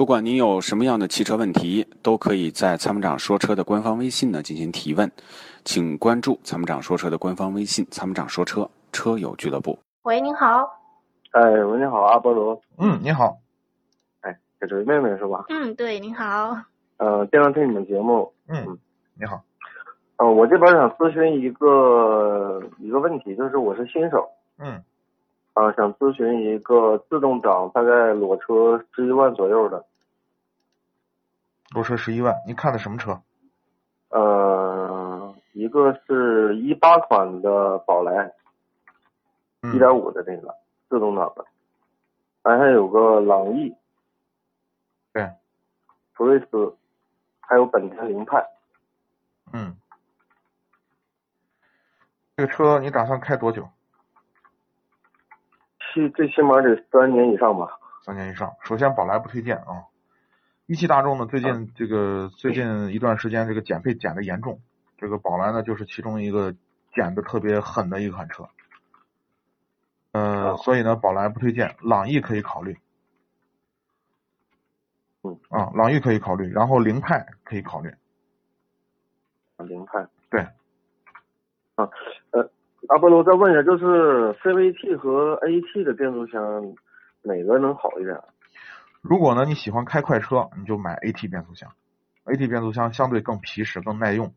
不管您有什么样的汽车问题，都可以在参谋长说车的官方微信呢进行提问，请关注参谋长说车的官方微信“参谋长说车车友俱乐部喂，您好。哎，喂，你好，阿波罗，嗯，你好，这是妹妹是吧？嗯，对，您好。呃，经常听你们节目，嗯，你好，呃，我这边想咨询一个一个问题，就是我是新手，嗯啊、想咨询一个自动挡，大概裸车十一万左右的，裸车十一万，你看的什么车？呃，一个是一八款的宝来，嗯一点五的那个自动挡的，还还有个朗逸，对，普锐斯，还有本田凌派，嗯，这个车你打算开多久？起最起码得三年以上吧。三年以上。首先，宝来不推荐啊。一汽大众呢，最嗯近这个最近一段时间这个减配减的严重，这个宝来呢就是其中一个减的特别狠的一款车。呃，哦所以呢，宝来不推荐，朗逸可以考虑。嗯啊，朗逸可以考虑，然后凌派可以考虑。凌派。对。啊，呃，阿波罗再问一下，就是 CVT 和 AT 的变速箱哪个能好一点？如果呢你喜欢开快车，你就买 AT 变速箱，AT 变速箱相对更皮实、更耐用。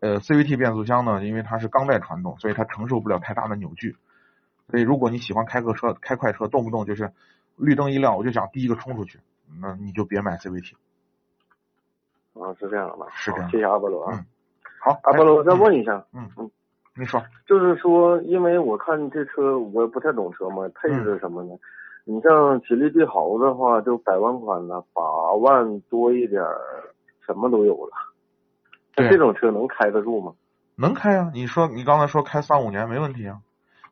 呃，CVT 变速箱呢，因为它是钢带传动，所以它承受不了太大的扭矩。所以如果你喜欢开个车、开快车，动不动就是绿灯一亮我就想第一个冲出去，那你就别买 CVT。啊，是这样的吧？是这样好谢谢阿波罗啊。嗯好，阿波罗，我再嗯，问一下，你说，就是说，因为我看这车我也不太懂车嘛，配嗯置什么的。你像吉利帝豪的话，就百万款的，八万多一点儿，什么都有了。那对这种车能开得住吗？能开啊？你说你刚才说开三五年没问题啊，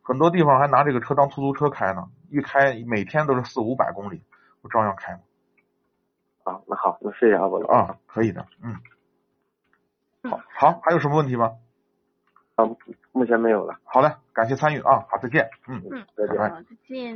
很多地方还拿这个车当出租车开呢，一开每天都是四五百公里，我照样开嘛。啊，那好，那谢谢阿波罗。啊，可以的，嗯。好，好，还有什么问题吗？啊，目前没有了，好嘞，感谢参与啊，好，再见，嗯。嗯，再见。拜好，再见。